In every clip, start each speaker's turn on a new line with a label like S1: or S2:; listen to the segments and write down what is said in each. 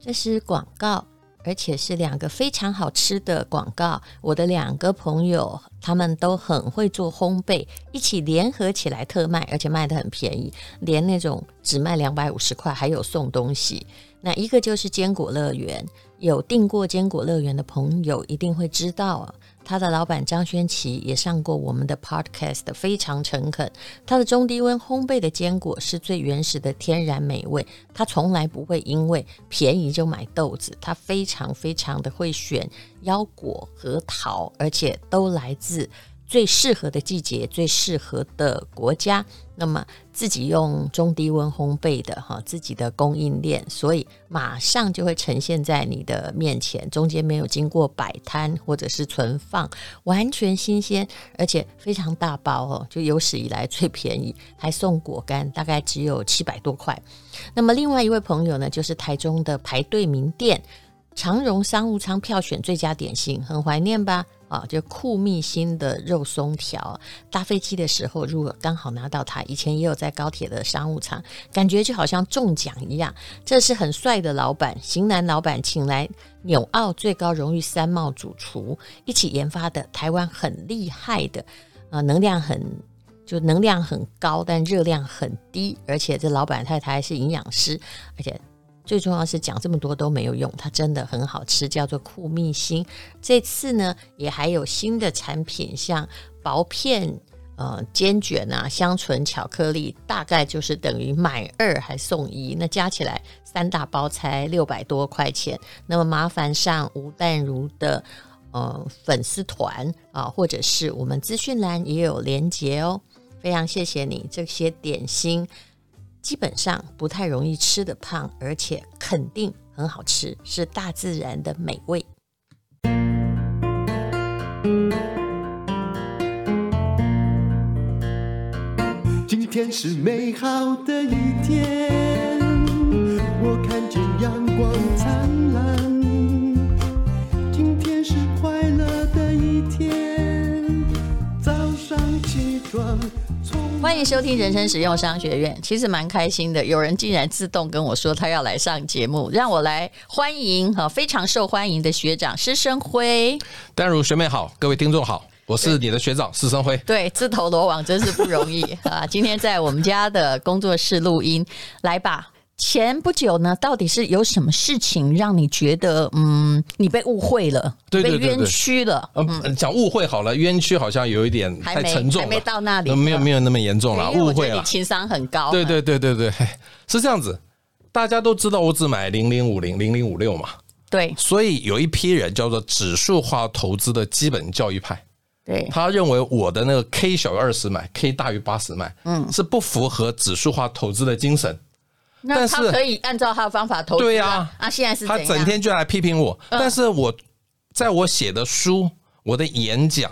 S1: 这是广告，而且是两个非常好吃的广告。我的两个朋友他们都很会做烘焙，一起联合起来特卖，而且卖的很便宜，连那种只卖两百五十块，还有送东西。那一个就是坚果乐园，有订过坚果乐园的朋友一定会知道啊。他的老板张轩琪也上过我们的 podcast，非常诚恳。他的中低温烘焙的坚果是最原始的天然美味，他从来不会因为便宜就买豆子，他非常非常的会选腰果、核桃，而且都来自最适合的季节、最适合的国家。那么自己用中低温烘焙的哈，自己的供应链，所以马上就会呈现在你的面前，中间没有经过摆摊或者是存放，完全新鲜，而且非常大包哦，就有史以来最便宜，还送果干，大概只有七百多块。那么另外一位朋友呢，就是台中的排队名店长荣商务舱票选最佳点心，很怀念吧？啊，就酷蜜心的肉松条，搭飞机的时候如果刚好拿到它，以前也有在高铁的商务舱，感觉就好像中奖一样。这是很帅的老板，型男老板请来纽澳最高荣誉三帽主厨一起研发的，台湾很厉害的，啊、呃，能量很。就能量很高，但热量很低，而且这老板太太是营养师，而且最重要是讲这么多都没有用，它真的很好吃，叫做酷蜜心。这次呢，也还有新的产品，像薄片呃煎卷啊、香醇巧克力，大概就是等于买二还送一，那加起来三大包才六百多块钱。那么麻烦上吴淡如的呃粉丝团啊，或者是我们资讯栏也有连结哦。非常谢谢你，这些点心基本上不太容易吃的胖，而且肯定很好吃，是大自然的美味。
S2: 今天是美好的一天，我看见阳光灿烂。今天是快乐的一天，早上起床。充
S1: 欢迎收听人生实用商学院，其实蛮开心的，有人竟然自动跟我说他要来上节目，让我来欢迎哈，非常受欢迎的学长师生辉。
S3: 丹如学妹好，各位听众好，我是你的学长施生辉。
S1: 对，自投罗网真是不容 易啊！今天在我们家的工作室录音，来吧。前不久呢，到底是有什么事情让你觉得，嗯，你被误会了，
S3: 对对对对
S1: 被冤屈了？
S3: 嗯，讲误会好了，冤屈好像有一点
S1: 还
S3: 太
S1: 没
S3: 沉重
S1: 还
S3: 了，
S1: 没到那里
S3: 呃没有没有那么严重了，
S1: 因为我
S3: 误
S1: 觉
S3: 会
S1: 得你
S3: 了。
S1: 情商很高，
S3: 对对对对对，嘿是这样子。大家都知道我只买零零五零、零零五六嘛，
S1: 对
S3: 所以有一批人叫做指数化投资的基本教育派，
S1: 对
S3: 他认为我的那个 K 小于二十买，K 大于八十买，嗯，是不符合指数化投资的精神。
S1: 那
S3: 但
S1: 他
S3: 是
S1: 可以按照他的方法投资、
S3: 对
S1: 啊
S3: 呀，
S1: 啊，现在是
S3: 他
S1: 怎
S3: 整
S1: 样？嗯
S3: 天就来批评我，但是我在我写的书、我的演讲、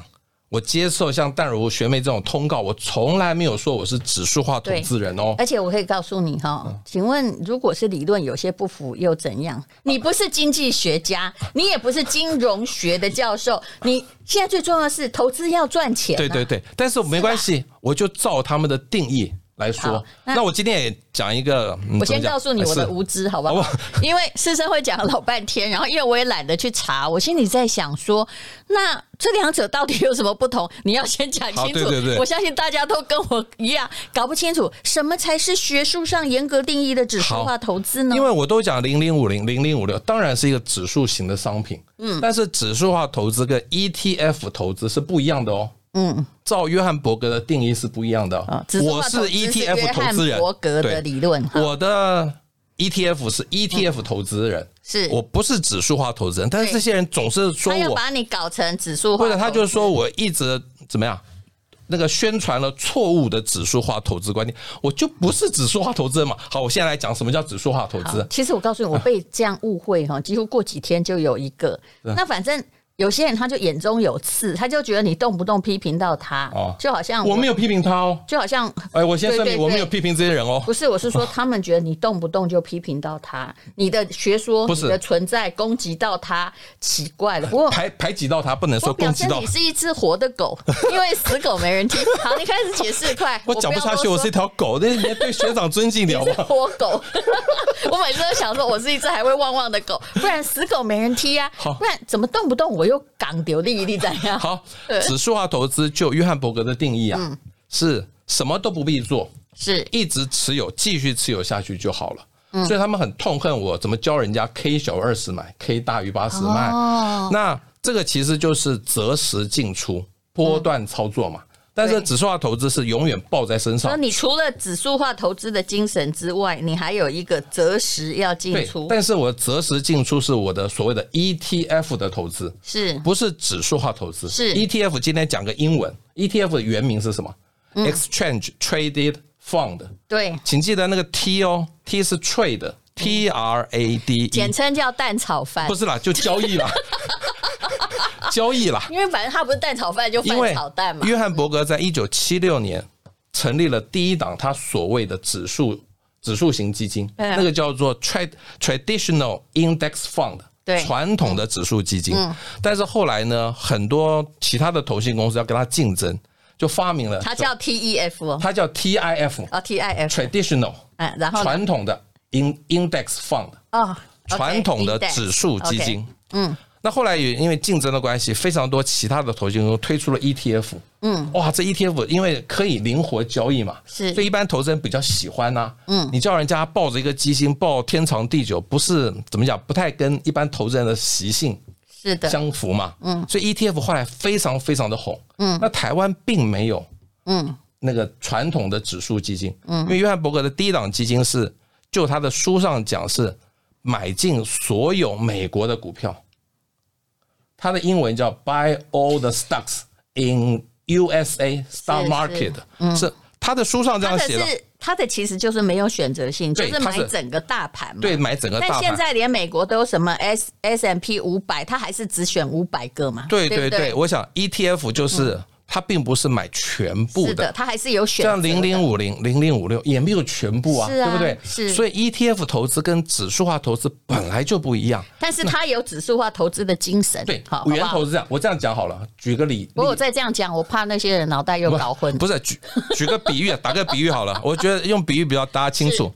S3: 我接受像淡如学妹这种通告，我从来没有说我是指数化投资人哦。
S1: 而且我可以告诉你哈、
S3: 嗯
S1: 请问如果是理论有些不符又怎样？你不是经济学 家，你也不是金融学的教授，你现在最重要的是投资要赚钱、啊。啊
S3: 对对对，但是没关系，我就照他们的定义来说
S1: 好。那
S3: 那我今天也讲一个，嗯
S1: 我
S3: 怎么
S1: 先
S3: 讲
S1: 告诉你我的
S3: 是
S1: 无知，好不好
S3: 好不？
S1: 因为师生会讲了老半天，然后因为我也懒得去查，我心里在想说，那这两者到底有什么不同？你要先讲清楚。
S3: 好对对对
S1: 我相信大家都跟我一样，搞不清楚什么才是学术上严格定义的指数化
S3: 好
S1: 投资呢？
S3: 因为我都讲零零五零、零零五六，当然是一个指数型的商品，嗯，但是指数化投资跟 ETF 投资是不一样的哦，嗯，照约翰伯格的定义是不一样的
S1: 啊
S3: 哦，
S1: 指数
S3: 我
S1: 化
S3: 是
S1: 投资约
S3: ETF
S1: 翰
S3: 投资人，
S1: 伯格的
S3: 对
S1: 理论哈嗯
S3: 我的 ETF 是 ETF 投资人，
S1: 是
S3: 我不是指数化投资人，但是
S1: 对哎
S3: 这些人总是说
S1: 他要
S3: 我，
S1: 把你搞成指数化投
S3: 或
S1: 资，
S3: 者他就是说我一直怎么样。那个宣传了错误的指数化投资观念，我就不是指数化投资人嘛。好，我现在来讲什么叫指数化投资啊
S1: 好。其实我告诉你，我被这样误会哈，几乎过几天就有一个。那反正有些人他就眼中有刺，他就觉得你动不动批评到他，
S3: 哦
S1: 就好像
S3: 我没有批评他哦。
S1: 就好像
S3: 哎，我先
S1: 对
S3: 声
S1: 对
S3: 明，
S1: 对
S3: 我没有批评这些人哦。
S1: 不是，我 是说他们觉得你动不动就批评到他，你的学说、
S3: 不是
S1: 你的存在攻击到他，奇怪 了。不过
S3: 排排挤到他，不能
S1: 我
S3: 说
S1: 表
S3: 攻
S1: 示
S3: 击到
S1: 你。是一只活的 狗，因为死狗没人听。好，你开始解释快，
S3: 我讲不下去，我是一
S1: 是
S3: 条狗，那你 要对学长尊敬点 好不好？
S1: 活狗。我每次都想说，我是一只还会汪汪的狗，不然死狗没人踢啊
S3: 好，
S1: 不然怎么动不动我又港丢另一粒怎样？
S3: 好
S1: 对，嗯
S3: 指数化投资就约翰伯格的定义啊，是什么都不必做，
S1: 是
S3: 一直持有，继续持有下去就好了。
S1: 嗯
S3: 所以他们很痛恨我怎么教人家 K 小于二十买，K 大于八十卖。
S1: 哦
S3: 那这个其实就是择时进出、波段操作嘛。但是
S1: 对
S3: 指数化投资是永远抱在身上
S1: 那，你除了指数化投资的精神之外，你还有一个择时要进
S3: 对
S1: 出。，
S3: 但是我择时进出是我的所谓的 ETF 的投资，
S1: 是
S3: 不是指数化投资。
S1: 是
S3: ETF，今天讲个英文，ETF 的原名是什么、e
S1: 嗯
S3: x c h a n g e Traded Fund，
S1: 对，
S3: 请记得那个 T 哦，T 是 trade，T R A D E，
S1: 简称叫蛋炒饭
S3: 不。是啦，就交 易啦，交易啦。
S1: 因为反正它不是蛋炒饭就
S3: 因
S1: 饭
S3: 为
S1: 炒蛋嘛。
S3: 约翰伯格在一九七六年成立了第一档他所谓的指数指数型基金，
S1: 嗯
S3: 那个叫做 trad traditional index fund。
S1: 对嗯
S3: 传统的指数基金，但是后来呢，很多其他的投信公司要跟他竞争，就发明了
S1: 它叫 TEF 哦，
S3: 它叫 TIF
S1: 哦 TIF，
S3: traditional
S1: 嗯，然后呢
S3: 传统的 in index fund
S1: 哦，
S3: 传统的指数基金。嗯，那后来也因为竞争的关系，非常多其他的投资人推出了 ETF。嗯，哇，这 ETF 因为可以灵活交易嘛，
S1: 是
S3: 所以一般投资人比较喜欢呐、嗯，你叫人家抱着一个基金抱天长地久，不是怎么讲，不太跟一般投资人的习性
S1: 是的，
S3: 相符嘛。嗯，所以 ETF 后来非常非常的红。嗯，那台湾并没有。嗯，那个传统的指数基金。嗯，因为约翰伯格的第一档基金是，就他的书上讲是买进所有美国的股票，它的英文叫 Buy all the stocks in USA
S1: 是
S3: stock market，是他的书上这
S1: 它
S3: 样
S1: 的
S3: 写的。
S1: 是它的其实就是没有选择性，就
S3: 对
S1: 是
S3: 它
S1: 买
S3: 是
S1: 整个大盘嘛。
S3: 对，。买整个
S1: 但
S3: 大
S1: 现
S3: 盘。
S1: 在连美国都有什么 S S M P 五百，它还是只选五百个嘛？
S3: 对
S1: 对
S3: 对
S1: 不
S3: 对，我想 ETF 就是它并不是买全部
S1: 是的，它还是有选择
S3: 像
S1: 的。
S3: 零零五零、零零五六也没有全部啊，
S1: 是啊
S3: 对不对？
S1: 是
S3: 所以 ETF 投资跟指数化投资本来就不一样。
S1: 但是它有指数化投资的精神。
S3: 对
S1: 嗯好，，
S3: 源
S1: 好不
S3: 头
S1: 好
S3: 是这样，我这样讲好了，举个例，
S1: 不过我再这样讲，我怕那些人脑袋又
S3: 不
S1: 搞混。
S3: 不是举举个比喻，啊打个比喻 好了，我觉得用比喻比较大家清楚。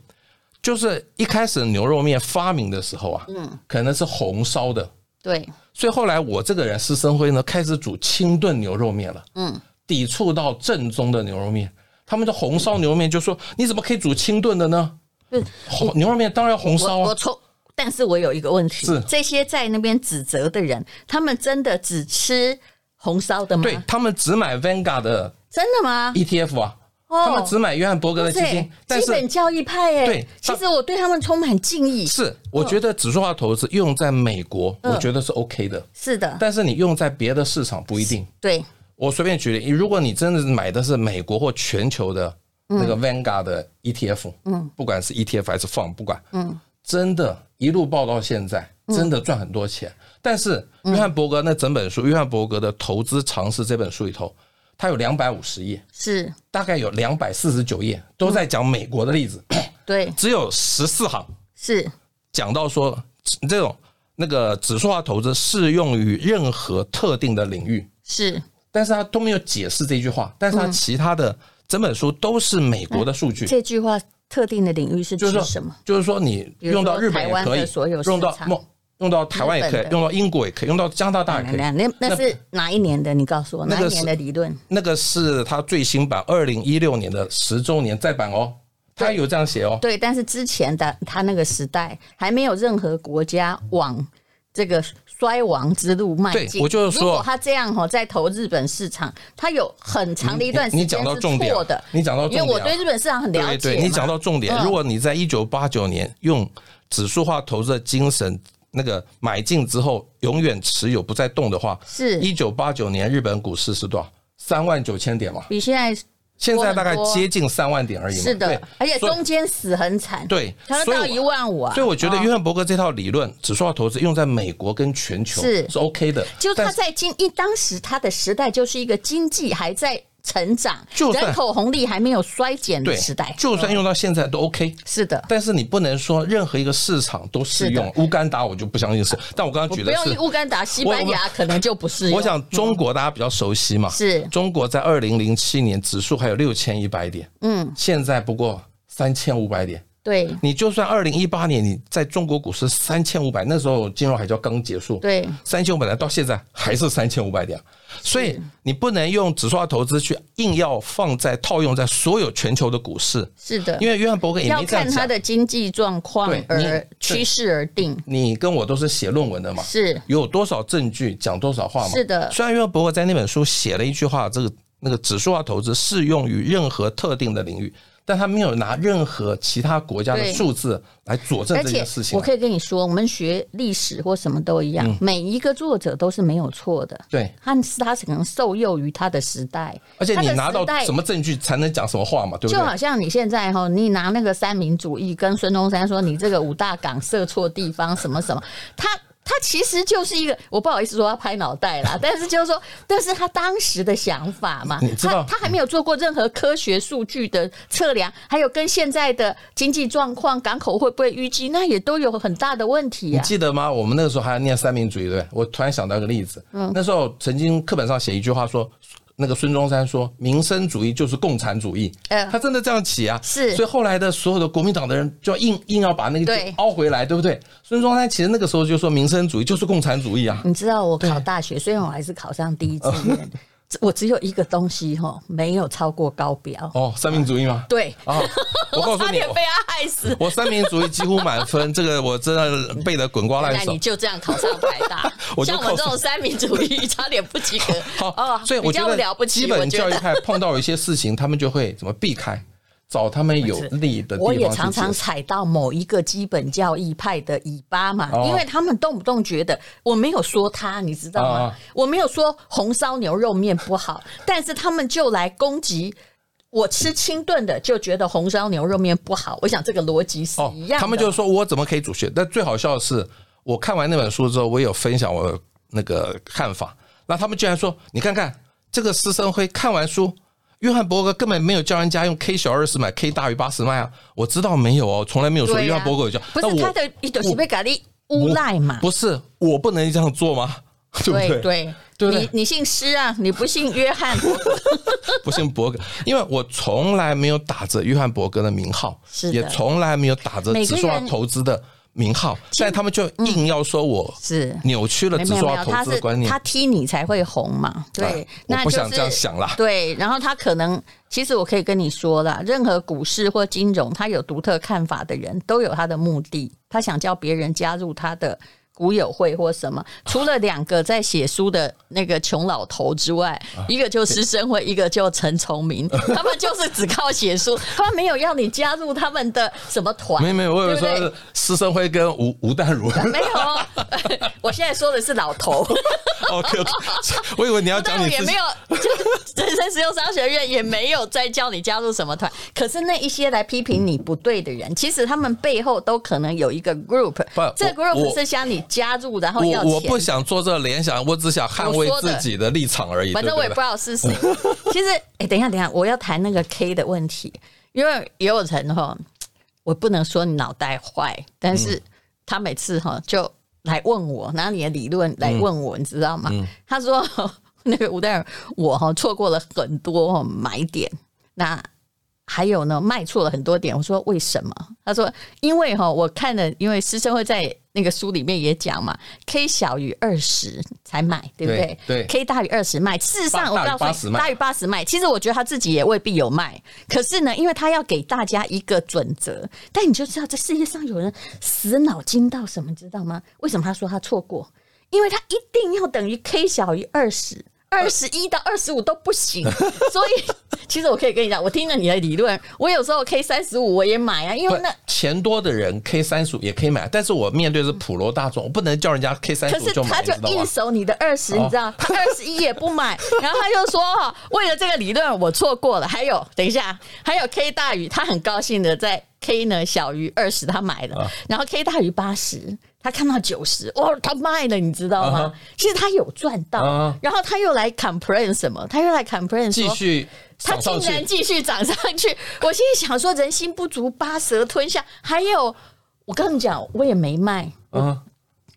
S3: 就是一开始牛肉面发明的时候啊，嗯，可能是红烧的，
S1: 对，
S3: 所以后来我这个人施生辉呢，开始煮清炖牛肉面了，嗯，抵触到正宗的牛肉面。他们的红烧牛肉面就说：“你怎么可以煮清炖的呢？”
S1: 嗯
S3: 红牛肉面当然要红烧
S1: 我我
S3: 啊，
S1: 从，但是我有一个问题，
S3: 是
S1: 这些在那边指责的人，他们真的只吃红烧的吗？
S3: 对他们只买 Vanga 的
S1: 真的吗？
S3: ETF 啊，
S1: 哦
S3: 他们只买约翰伯格的基
S1: 对
S3: 金，但
S1: 基本
S3: 是
S1: 教义派耶。
S3: 对
S1: 其
S3: 他
S1: 实我对他们充满敬意。
S3: 是我觉得指数化投资用在美国，我
S1: 嗯
S3: 觉得是 OK 的，
S1: 是的，
S3: 但是你用在别的市场不一定。
S1: 对，
S3: 我随便举例，如果你真的买的是美国或全球的那个 Vanguard 的 ETF，嗯，不管是 ETF 还是放，不管，嗯，真的，一路报到现在，真的赚很多钱。但是约翰伯格那整本书，约翰伯格的《投资常识》这本书里头，它有两百五十页，
S1: 是，
S3: 大概有两百四十九页都在讲美国的例子，
S1: 对，
S3: 只有十四行
S1: 是，
S3: 讲到说这种那个指数化投资适用于任何特定的领域。
S1: 是，
S3: 但是他都没有解释这句话，但
S1: 嗯
S3: 是他其他的整本书都是美国的数据，
S1: 这句话特定的领域嗯是
S3: 就
S1: 指
S3: 是
S1: 什
S3: 说
S1: 么？，
S3: 就是说你
S1: 比如说
S3: 用到日本也
S1: 台
S3: 可
S1: 湾
S3: 以
S1: 的所有，市场
S3: 用到梦，用到台湾也可
S1: 日本
S3: 以，
S1: 的嗯
S3: 用到英国也可以，用到加拿大也可以。
S1: 那那那是哪一年的？你告诉我，
S3: 那
S1: 哪
S3: 个
S1: 一
S3: 是
S1: 年的理论？
S3: 那个是他最新版，二零一六年的十周年再版哦，他有这样写哦。
S1: 对，但是之前的他那个时代还没有任何国家往这个衰亡之路迈
S3: 对
S1: 进。
S3: 我就是说
S1: 如果他这样哈、在投日本市场，他有很长的一段时
S3: 你
S1: 间
S3: 你讲到
S1: 是
S3: 重点
S1: 错的，
S3: 你讲到重
S1: 因
S3: 点
S1: 为
S3: 啊
S1: 我对日本市场很了解
S3: 对对，你
S1: 嘛
S3: 讲到重点
S1: 嗯。
S3: 如果你在一九八九年用指数化投资的精神，那个买进之后永远持有不再动的话，
S1: 是
S3: 一九八九年日本股市是多少？三万九千点嘛。
S1: 比现在
S3: 现在大概
S1: 多很多
S3: 接近三万点而已嘛。
S1: 是的
S3: 对，
S1: 而且
S3: 所以
S1: 中间死很惨，
S3: 对
S1: 才能
S3: 所以
S1: 到
S3: 我
S1: 一万五啊。
S3: 所以我觉得
S1: 哦
S3: 约翰伯格这套理论，指数化投资用在美国跟全球
S1: 是
S3: 是 OK 的。
S1: 就
S3: 但
S1: 他在经一当时他的时代就是一个经济还在成长，
S3: 就算
S1: 人口红利还没有衰减的
S3: 对
S1: 时代，嗯
S3: 就算用到现在都 OK。
S1: 是的，
S3: 但是你不能说任何一个市场都适用
S1: 是，
S3: 乌干达我就不相信是。但我刚
S1: 我
S3: 刚举
S1: 不
S3: 的
S1: 用
S3: 是，
S1: 乌干达、西班牙可能就不是。
S3: 我想中国大家比较熟悉嘛，
S1: 是
S3: 中国在二零零七年指数还有六千一百点，嗯，现在不过三千五百点。
S1: 对
S3: 你就算二零一八年你在中国股市三千五百，那时候金融海啸刚结束，
S1: 对
S3: 三千五百点到现在还是三千五百点，所以你不能用指数化投资去硬要放在套用在所有全球的股市，
S1: 是的，
S3: 因为约翰伯格也
S1: 要
S3: 没这样
S1: 看他
S3: 讲。
S1: 的经济状况
S3: 对你
S1: 而
S3: 对
S1: 趋势而定。
S3: 你跟我都是写论文的嘛，
S1: 是
S3: 有多少证据讲多少话嘛。
S1: 是的
S3: 虽然约翰伯格在那本书写了一句话，这个那个指数化投资适用于任何特定的领域，但他没有拿任何其他国家的
S1: 对
S3: 数字来佐证
S1: 而
S3: 这
S1: 且
S3: 件事情
S1: 我
S3: 啊。嗯
S1: 可以跟你说，我们学历史或什么都一样，每一个作者都是没有错的。
S3: 对，
S1: 他是他可能受诱于他的时代，
S3: 而且
S1: 他
S3: 你
S1: 的
S3: 拿
S1: 时
S3: 到
S1: 代
S3: 什么证据才能讲什么话嘛，对不
S1: 就
S3: 对？
S1: 好像你现在哈，你拿那个三民主义跟孙中山说你这个五大港设错地方什么什么，他他其实就是一个，我不好意思说他拍脑袋 啦，但是就是说，但是他当时的想法嘛
S3: 你，知
S1: 他
S3: 道
S1: 他还没有做过任何科学数据的测量，还有跟现在的经济状况、港口会不会淤积，那也都有很大的问题
S3: 你
S1: 啊。
S3: 记得吗？我们那个时候还要念三民主义，对不对？我突然想到一个例子，
S1: 嗯
S3: 那时候曾经课本上写一句话说。那个孙中山说，民生主义就是共产主义，
S1: 嗯
S3: 他真的这样起啊，
S1: 是
S3: 所以后来的所有的国民党的人就硬硬要把那个
S1: 对
S3: 凹回来，对不对？孙中山其实那个时候就说，民生主义就是共产主义啊，
S1: 你知道我考大学，虽然我还是考上第一
S3: 哦
S1: 志愿，我只有一个东西哈，没有超过高标。
S3: 哦，三民主义吗？
S1: 对，
S3: 啊，我告诉
S1: 差
S3: 你，
S1: 点被他害死。
S3: 我三民主义几乎满分，这个我真的背得滚瓜烂
S1: 那
S3: 熟，
S1: 你。就这样考上台大
S3: 我就
S1: 像
S3: 考
S1: 我
S3: 上
S1: 这种三民主义 差点不及格。
S3: 好，所以我
S1: 哦比
S3: 觉
S1: 较
S3: 得
S1: 了不起，
S3: 基
S1: 我
S3: 本
S1: 觉
S3: 教育
S1: 得。
S3: 派碰到一些事情，他们就会怎么避开，找他们有利的地方去解释。
S1: 我也常常踩到某一个基本教义派的尾巴嘛，
S3: 哦
S1: 因为他们动不动觉得我没有说他，你知道吗？
S3: 啊
S1: 我没有说红烧牛肉面不好， 但是他们就来攻击我吃清炖的，就觉得红烧牛肉面不好。我想这个逻辑是
S3: 哦
S1: 一样的。，
S3: 他们就说我怎么可以主学？但最好笑的是，我看完那本书之后，我有分享我那个看法，那他们居然说，你看看这个师生辉看完书。约翰伯格根本没有叫人家用 K 小二十买 K 大于八十卖啊！我知道没有哦，从来没有说
S1: 对
S3: 约
S1: 呀、
S3: 翰伯格有教。
S1: 不
S3: 那
S1: 是
S3: 我
S1: 他的，一就是
S3: 我
S1: 被咖喱诬赖嘛。
S3: 不是我不能这样做吗？ 对不
S1: 对
S3: 对不对
S1: 你你姓施啊，你不姓约 翰，
S3: 不姓伯格，因为我从来没有打着约翰伯格的名号，
S1: 是的
S3: 也从来没有打着指数化投资的名号，但他们就硬要说我
S1: 是
S3: 扭曲了
S1: 没
S3: 指
S1: 有
S3: 数
S1: 没
S3: 化
S1: 有，
S3: 投
S1: 他
S3: 资的
S1: 是
S3: 观念
S1: 他。踢你才会红嘛，对
S3: 哎，
S1: 那就
S3: 我不
S1: 是
S3: 想这样想啦
S1: 对，然后他可能，其实我可以跟你说啦，任何股市或金融，他有独特看法的人都有他的目的，他想叫别人加入他的。股友会或什么，除了两个在写书的那个穷老头之外，
S3: 啊
S1: 一个就施生辉，一个就陈崇明， 他们就是只靠写书，他们没有要你加入他们的什么团。啊
S3: 没有没有，我有
S1: 对不对
S3: 说施生辉跟吴吴淡如。
S1: 没有 哦，我现在说的是老头，
S3: OK OK，我以为你 要讲
S1: 但我
S3: 你
S1: 也
S3: 自
S1: 没
S3: 己。
S1: 有， 就人生实用商学院也没有再叫你加入什么团。可是那一些来批评你不对的人，其实他们背后都可能有一个 group，
S3: 不
S1: 这个
S3: 我我
S1: group 是想你加入，然后要
S3: 我我
S1: 钱
S3: 不想做这个联想，我只想捍卫
S1: 我说
S3: 自
S1: 的
S3: 己的立场而已。
S1: 反正我也
S3: 对
S1: 不知
S3: 不对
S1: 道是谁。 其实，哎、等一下，等一下，我要谈那个 K 的问题，因为也有人哈，我不能说你脑袋坏，但
S3: 嗯
S1: 是他每次哈就来问我，拿你的理论来问我，你知道
S3: 嗯
S1: 吗？他说 那个吴代尔，我哈错过了很多哦买点，那。还有呢，卖错了很多点。我说为什么？他说因为哈，我看了，因为师生会在那个书里面也讲嘛，K 小于二十才买，对不对？
S3: 对对
S1: k 大于二十卖。事实上，我
S3: 大
S1: 告
S3: 大于
S1: 诉
S3: 80
S1: 你，
S3: 卖
S1: 大于八十卖。其实我觉得他自己也未必有卖，可是呢，因为他要给大家一个准则，但你就知道这世界上有人死脑筋到什么，你知道吗？为什么他说他错过？因为他一定要等于 K 小于二十。二十一到二十五都不行，所以其实我可以跟你讲，我听了你的理论，我有时候 K 三十五我也买啊，因
S3: 不
S1: 为那
S3: 钱多的人 K 三十五也可以买，但是我面对是普罗大众，我不能叫人家 K 三
S1: 可
S3: 十五
S1: 是
S3: 哎就
S1: 他
S3: 买，
S1: 就
S3: 你知道
S1: 硬
S3: 吗？哦
S1: 手你的二十，你知 道，他二十一也不买，然后他就说哈，为了这个理论我错过了。还有，等一下，还有 K 大于，他很高兴的在 K 呢小于二十他买
S3: 啊
S1: 了，然后 K 大于八十。他看到九十，哇，他卖了，你知道
S3: 啊
S1: 吗
S3: 哈？
S1: 其实他有赚到
S3: 啊，
S1: 然后他又来 complain 什么？他又来 complain
S3: 继
S1: 说，
S3: 续
S1: 它
S3: 涨
S1: 竟
S3: 上
S1: 然
S3: 去，
S1: 继续涨上去，我心里想说人心不足八蛇吞象。还有，我跟你讲，我也没卖，
S3: 嗯，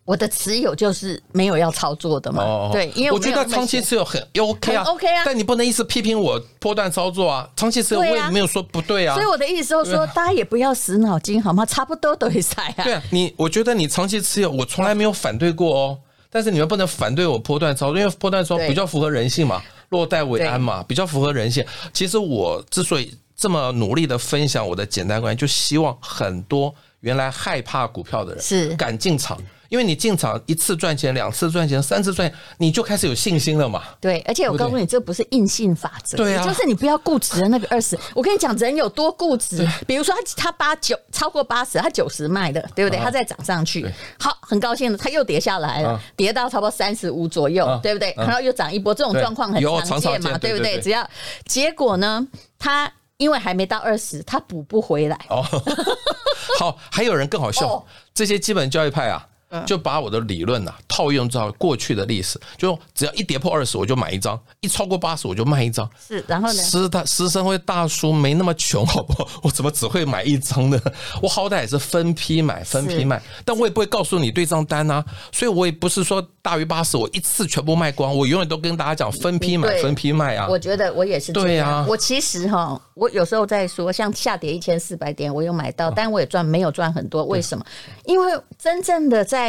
S1: 我的持有就是没有要操作的嘛。
S3: 哦，
S1: 对，因为
S3: 我
S1: 没
S3: 觉
S1: 有
S3: 得
S1: 那么
S3: 长期
S1: 闲
S3: 持有很也 OK 啊
S1: 很 OK 啊
S3: 但你不能一直批评我波段操作啊，长期持有我
S1: 对啊
S3: 也没有说不对啊
S1: 所以。我的意思就是说，大家也不要死脑筋好吗？差不多都会塞啊。
S3: 对啊，你我觉得你长期持有，我从来没有反对过哦。但是你们不能反对我波段操作，因为波段操作
S1: 对
S3: 比较符合人性嘛，落袋为安嘛，比较符合人性。其实我之所以这么努力的分享我的简单观念，就希望很多原来害怕股票的人
S1: 是
S3: 敢进场，因为你进场一次赚钱，两次赚钱，三次赚钱，你就开始有信心了嘛。
S1: 对，而且我告诉你，这不是硬性法则，
S3: 对啊
S1: 就是你不要固执的那个二十。我跟你讲，人有多固执，比如说他他八九超过八十，他九十卖的，对不对？他再涨上去
S3: 啊对，
S1: 好，很高兴的，他又跌下来了
S3: 啊，
S1: 跌到差不多三十五左右
S3: 啊，
S1: 对不对？
S3: 啊
S1: 然后又涨一波，这种
S3: 对
S1: 状况很
S3: 有
S1: 常
S3: 常常
S1: 见嘛，
S3: 见对
S1: 对不
S3: 对
S1: 对？
S3: 对
S1: 只要结果呢，他因为还没到二十，他补不回来。
S3: 哦， 好，还有人更好笑，
S1: 哦嗯
S3: 这些基本教育派啊，就把我的理论呐、套用到过去的历史，就只要一跌破二十我就买一张，一超过八十我就卖一张。
S1: 是，然后呢？
S3: 师大师生会大叔没那么穷， 好不好？我怎么只会买一张呢？ 我好歹也是分批买，分批卖，但我也不会告诉你对账单啊，所以我也不是说大于八十我一次全部卖光，我永远都跟大家讲分批买，
S1: 嗯对
S3: 分批卖啊。
S1: 我觉得我也是这
S3: 对
S1: 样。
S3: 啊
S1: 我其实哈，我有时候在说，像下跌一千四百点，我有买
S3: 哦
S1: 到，但我也赚没有赚很多。为什么？因为真正的在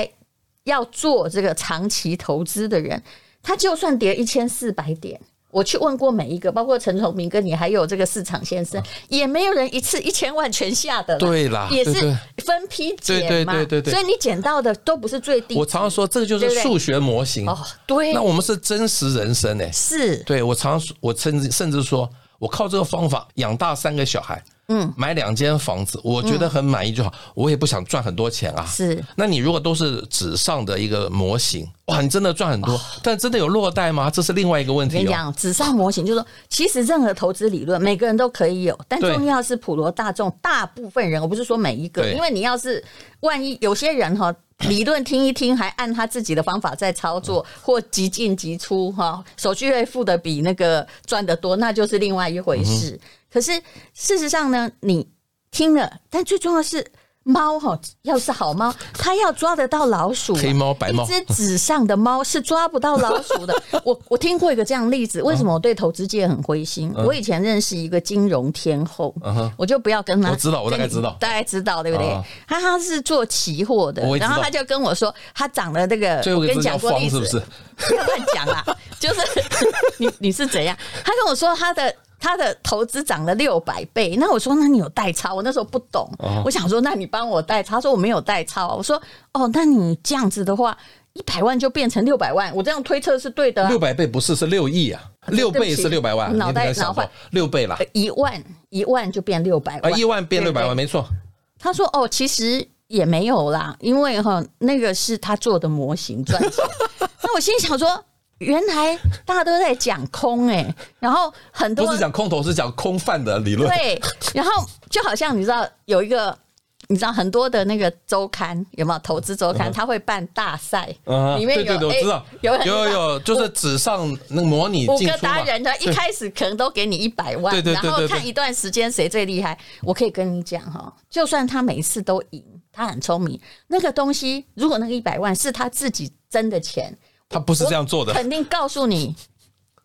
S1: 要做这个长期投资的人，他就算跌一千四百点。我去问过每一个，包括陈崇明跟你，还有这个市场先生，也没有人一次一千万全下的啦，
S3: 哦对啦
S1: 也是
S3: 对对
S1: 分批
S3: 对
S1: 减嘛，
S3: 对对对对
S1: 所以你捡到的都不是最低
S3: 我常常说，这个就
S1: 对不
S3: 是
S1: 对
S3: 数学模型。
S1: 哦，对
S3: 那，我们是真实人生哎、
S1: 是
S3: 对我常说我甚至甚至说我靠这个方法养大三个小孩，嗯，买两间房子，我觉得很满意就好，我也不想赚很多钱啊。
S1: 嗯是，
S3: 那你如果都是纸上的一个模型，哇，你真的赚很多，但真的有落袋吗？这是另外一个问
S1: 我跟
S3: 题
S1: 你
S3: 哦。
S1: 讲，纸上模型就是说，其实任何投资理论，每个人都可以有，但
S3: 对
S1: 重要是普罗大众，大部分人，我不是说每一个，
S3: 对
S1: 因为你要是万一有些人哈。理论听一听，还按他自己的方法在操作，或即进即出哈，手续费付的比那个赚的多，那就是另外一回
S3: 嗯
S1: 事。可是事实上呢，你听了，但最重要的是猫哈，要是好猫，它要抓得到老鼠啊，
S3: 黑猫白猫
S1: 一只纸上的猫是抓不到老鼠的。我我听过一个这样的例子，为什么我对投资界很灰心？我以前认识一个金融天后
S3: 嗯哼，
S1: 我就不要跟他，
S3: 我知道我大概知道
S1: 跟大概知道对不对
S3: 啊？
S1: 他他是做期货的
S3: 我，也知
S1: 然
S3: 道
S1: 后他就跟我说，他涨了这个，
S3: 最后
S1: 我
S3: 一个
S1: 跟
S3: 字
S1: 你
S3: 叫
S1: 讲过
S3: 方
S1: 例
S3: 是不
S1: 子，
S3: 是？
S1: 不要乱讲啦， 就是你你是怎样？他跟我说他的。他的投资涨了六百倍，那我说那你有代抄？我那时候不懂，
S3: 哦
S1: 我想说那你帮我代抄，他说我没有代抄啊。我说哦，那你这样子的话，一百万就变成六百万，我这样推测是对的、啊
S3: 六。百倍不是是六亿啊，六倍是六百万，
S1: 脑袋
S3: 你可能想
S1: 脑坏
S3: 到六倍啦
S1: 呃，一万一万就变六百
S3: 啊，
S1: 万，
S3: 一万变
S1: 对
S3: 六
S1: 不对
S3: 百万，没错。
S1: 他说：“哦，其实也没有啦，因为哈那个是他做的模型赚钱。” 那我心想说，原来大家都在讲空哎、然后很多
S3: 不是讲空头，是讲空泛的理论。
S1: 对，然后就好像你知道有一个。你知道很多的那个周刊有没有投资周
S3: 嗯
S1: 刊？他会办大赛
S3: 啊，，
S1: 里面
S3: 对对
S1: 有
S3: 对，我知道
S1: 哎，有很
S3: 有
S1: 大
S3: 有，就是纸上那个模拟
S1: 五
S3: 进
S1: 个
S3: 出嘛
S1: 达人的，一开始可能都给你一百万
S3: 对，对对
S1: 然
S3: 对
S1: 后
S3: 对
S1: 看一段时间谁最厉害。我可以跟你讲哈，就算他每一次都赢，他很聪明。那个东西，如果那个一百万是他自己真的钱，
S3: 他不是这样做的。
S1: 肯定告诉你，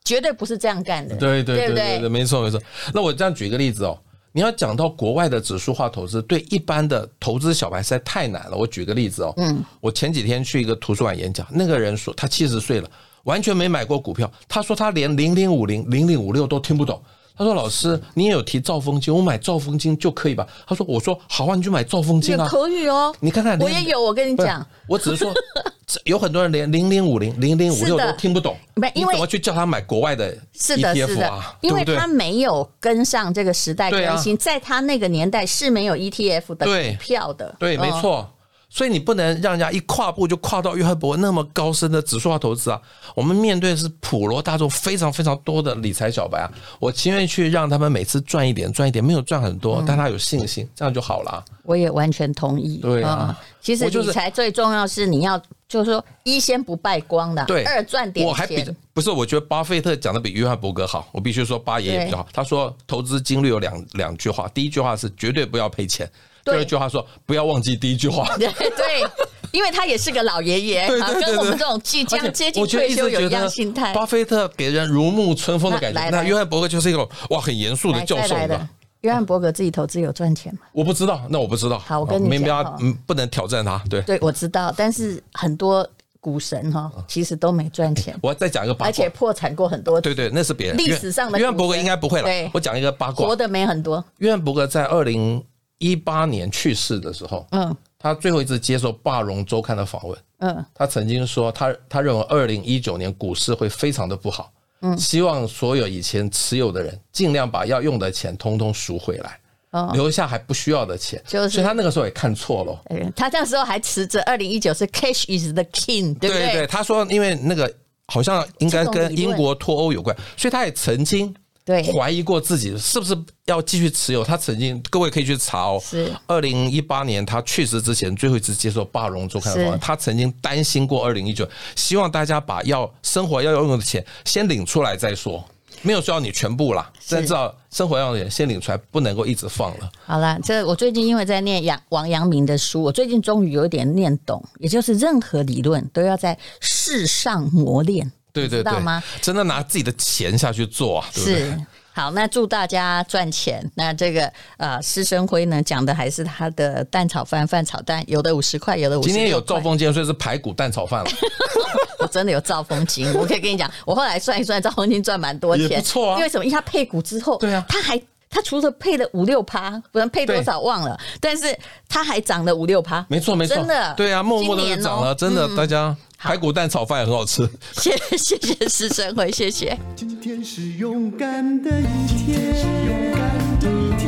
S1: 绝对不是这样干的。
S3: 对
S1: 对
S3: 对
S1: 不
S3: 对对对，没错没错。那我这样举一个例子哦，你要讲到国外的指数化投资，对一般的投资小白实在太难了。我举个例子哦，嗯，我前几天去一个图书馆演讲，那个人说他七十岁了，完全没买过股票，他说他连零零五零、零零五六都听不懂。他说：“老师，你也有提兆丰金，我买兆丰金就可以吧？”他说：“我说好啊，你就买兆丰
S1: 也
S3: 金啊。
S1: 可以哦。
S3: 你看看，
S1: 我也有，我跟你
S3: 不是
S1: 讲，
S3: 我只是说 这有很多人连零零五零、零零五
S4: 是
S3: 六
S4: 的
S3: 都听不懂，
S4: 不因为
S3: 你怎么去叫他买国外的
S4: 是的，是
S3: ETF
S4: 的
S3: 啊，？
S4: 因为
S3: 对不对
S4: 他没有跟上这个时代
S3: 对啊
S4: 更新，在他那个年代是没有 ETF 的
S3: 对
S4: 股票的，
S3: 对，没
S4: 嗯。
S3: 错。所以你不能让人家一跨步就跨到约翰伯那么高深的指数化投资啊！我们面对的是普罗大众非常非常多的理财小白啊，我情愿去让他们每次赚一点赚一点，没有赚很多，但他有信心，这样就好了啊。
S4: 我也完全同意。
S3: 对啊
S4: 嗯其实
S3: 我就是
S4: 理财最重要是你要，就是说一先不败光的，
S3: 对，
S4: 二赚点
S3: 我还比
S4: 钱。
S3: 不是，我觉得巴菲特讲的比约翰伯格好，我必须说巴爷爷比较好。他说投资经历有两两句话，第一句话是绝对不要赔钱，第
S4: 对
S3: 二句话说不要忘记第一句话。
S4: 对对，因为他也是个老爷爷，
S3: 对对
S4: 啊
S3: 对
S4: 跟我
S3: 对
S4: 们这种即
S3: 而
S4: 将
S3: 且
S4: 接近
S3: 我觉得
S4: 退
S3: 一
S4: 休
S3: 直
S4: 有
S3: 觉
S4: 一样
S3: 得
S4: 心态。
S3: 巴菲特给人如沐春风的感
S4: 那
S3: 觉，
S4: 来
S3: 那
S4: 来
S3: 约翰伯格就是一个哇很严肃的
S4: 来
S3: 教
S4: 哎再
S3: 授
S4: 来
S3: 的
S4: 的。约翰伯格自己投资有赚钱吗？
S3: 我不知道，那我不知道。
S4: 好我跟你
S3: 没没
S4: 讲
S3: 法
S4: 哦
S3: 嗯，不能挑战他。对，
S4: 对，我知道，但是很多股神哈，其实都没赚钱，
S3: 我再讲一个啊八
S4: 而且
S3: 卦。
S4: 破产过很多，
S3: 对对，那是别人
S4: 历史上的
S3: 约约翰伯格
S4: 股神
S3: 应该不会
S4: 对
S3: 了。我讲一个八卦
S4: 活，的没很多。
S3: 约翰伯格在二零一八年去世的时候，
S4: 嗯
S3: 他最后一次接受《霸荣周刊》的访问，
S4: 嗯，
S3: 他曾经说他他认为二零一九年股市会非常的不好，嗯，希望所有以前持有的人尽量把要用的钱通通赎回来，
S4: 哦
S3: 留下还不需要的钱，
S4: 就是
S3: 所以他那个时候也看错了。
S4: 哎他那时候还持着二零一九是 cash is the king，对不
S3: 对
S4: 对？
S3: 他说因为那个好像应该
S4: 这种
S3: 跟
S4: 理论
S3: 英国脱欧有关，所以他也曾经
S4: 对
S3: 怀疑过自己是不是要继续持有。他曾经各位可以去查哦，
S4: 是
S3: 二零一八年他去世之前最后一次接受《霸荣周刊》的
S4: 是
S3: 访问，他曾经担心过二零一九，希望大家把要生活要用的钱先领出来再说。没有说要你全部啦，但知道生活要用的钱先领出来，不能够一直放了。
S4: 好啦，这我最近因为在念杨王阳明的书，我最近终于有一点念懂，也就是任何理论都要在世上磨练，
S3: 对对
S4: 知
S3: 对
S4: 道吗？，
S3: 真的拿自己的钱下去做啊，对不对？
S4: 是。好，那祝大家赚钱。那这个呃，施生辉呢讲的还是他的蛋炒饭、饭炒蛋，有的五十块，有的五十。
S3: 今天有赵凤坚，所以是排骨蛋炒饭了。
S4: 我真的有兆丰金，我可以跟你讲，我后来算一算，兆丰金赚蛮多
S3: 也
S4: 钱，
S3: 不错啊
S4: 因为什么？因为他配股之后，
S3: 对啊
S4: 他还他除了配了五六趴，不然配多少忘了，但是他还涨了五六趴，
S3: 没错没错，
S4: 真的，
S3: 对啊，默默的
S4: 今年
S3: 就
S4: 哦
S3: 涨了，真的，大家排骨蛋炒饭也很好吃。
S4: 谢谢谢施生辉，谢谢。
S2: 今天是勇敢的一天，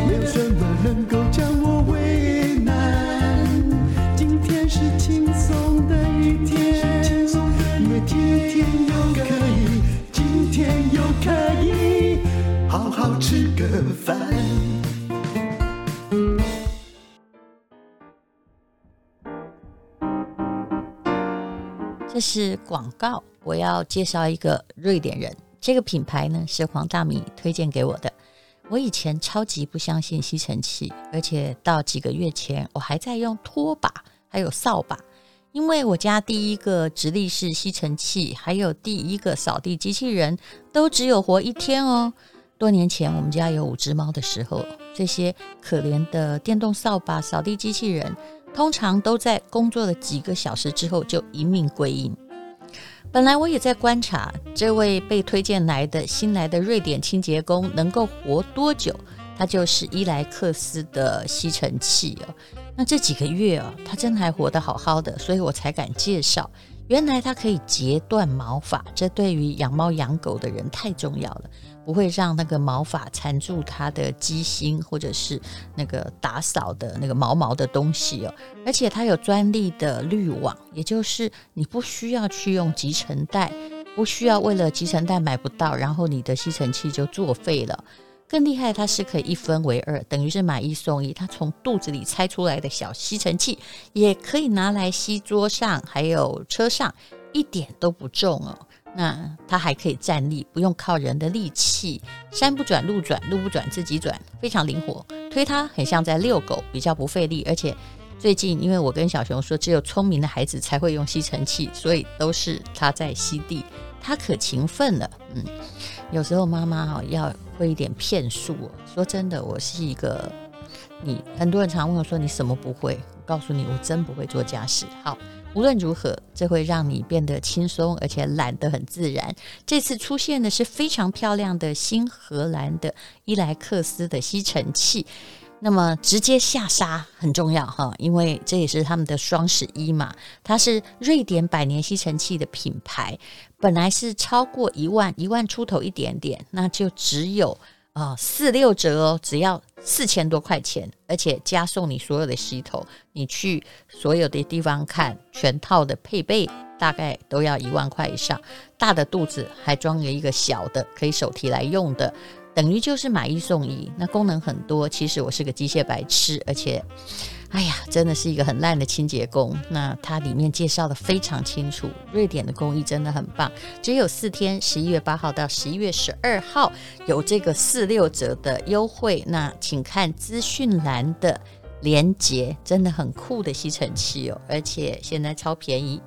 S2: 没有什么能够将我为难。今天是轻松的一天，因为今天又可以，今天又可以好好吃个饭。
S1: 这是广告，我要介绍一个瑞典人，这个品牌呢是黄大米推荐给我的。我以前超级不相信吸尘器，而且到几个月前我还在用拖把还有扫把，因为我家第一个直立式吸尘器还有第一个扫地机器人都只有活一天哦。多年前我们家有五只猫的时候，这些可怜的电动扫把、扫地机器人通常都在工作了几个小时之后就一命归阴。本来我也在观察这位被推荐来的新来的瑞典清洁工能够活多久，他就是伊莱克斯的吸尘器哦。那这几个月哦，他真的还活得好好的，所以我才敢介绍。原来它可以截断毛发，这对于养猫养狗的人太重要了，不会让那个毛发缠住它的机芯或者是那个打扫的那个毛毛的东西哦。而且它有专利的滤网，也就是你不需要去用集成袋，不需要为了集成袋买不到，然后你的吸尘器就作废了。更厉害，它是可以一分为二，等于是买一送一。它从肚子里拆出来的小吸尘器，也可以拿来吸桌上还有车上，一点都不重哦。那它还可以站立，不用靠人的力气，山不转路转，路不转自己转，非常灵活。推它很像在遛狗，比较不费力，而且最近，因为我跟小熊说，只有聪明的孩子才会用吸尘器，所以都是他在吸地。他可勤奋了，嗯，有时候妈妈哈要会一点骗术哦。说真的，我是一个你很多人常问我说你什么不会？我告诉你，我真不会做家事。好，无论如何，这会让你变得轻松，而且懒得很自然。这次出现的是非常漂亮的新荷兰的伊莱克斯的吸尘器，那么直接下杀很重要哈，因为这也是他们的双十一嘛，它是瑞典百年吸尘器的品牌，本来是超过一万一万出头一点点，那就只有呃四六折哦，只要四千多块钱，而且加送你所有的洗头，你去所有的地方看全套的配备。大概都要一万块以上，大的肚子还装了一个小的，可以手提来用的，等于就是买一送一。那功能很多，其实我是个机械白痴，而且，哎呀，真的是一个很烂的清洁工。那它里面介绍的非常清楚，瑞典的工艺真的很棒。只有四天，十一月八号到十一月十二号有这个四六折的优惠，那请看资讯栏的。连接真的很酷的吸尘器哦，而且现在超便宜，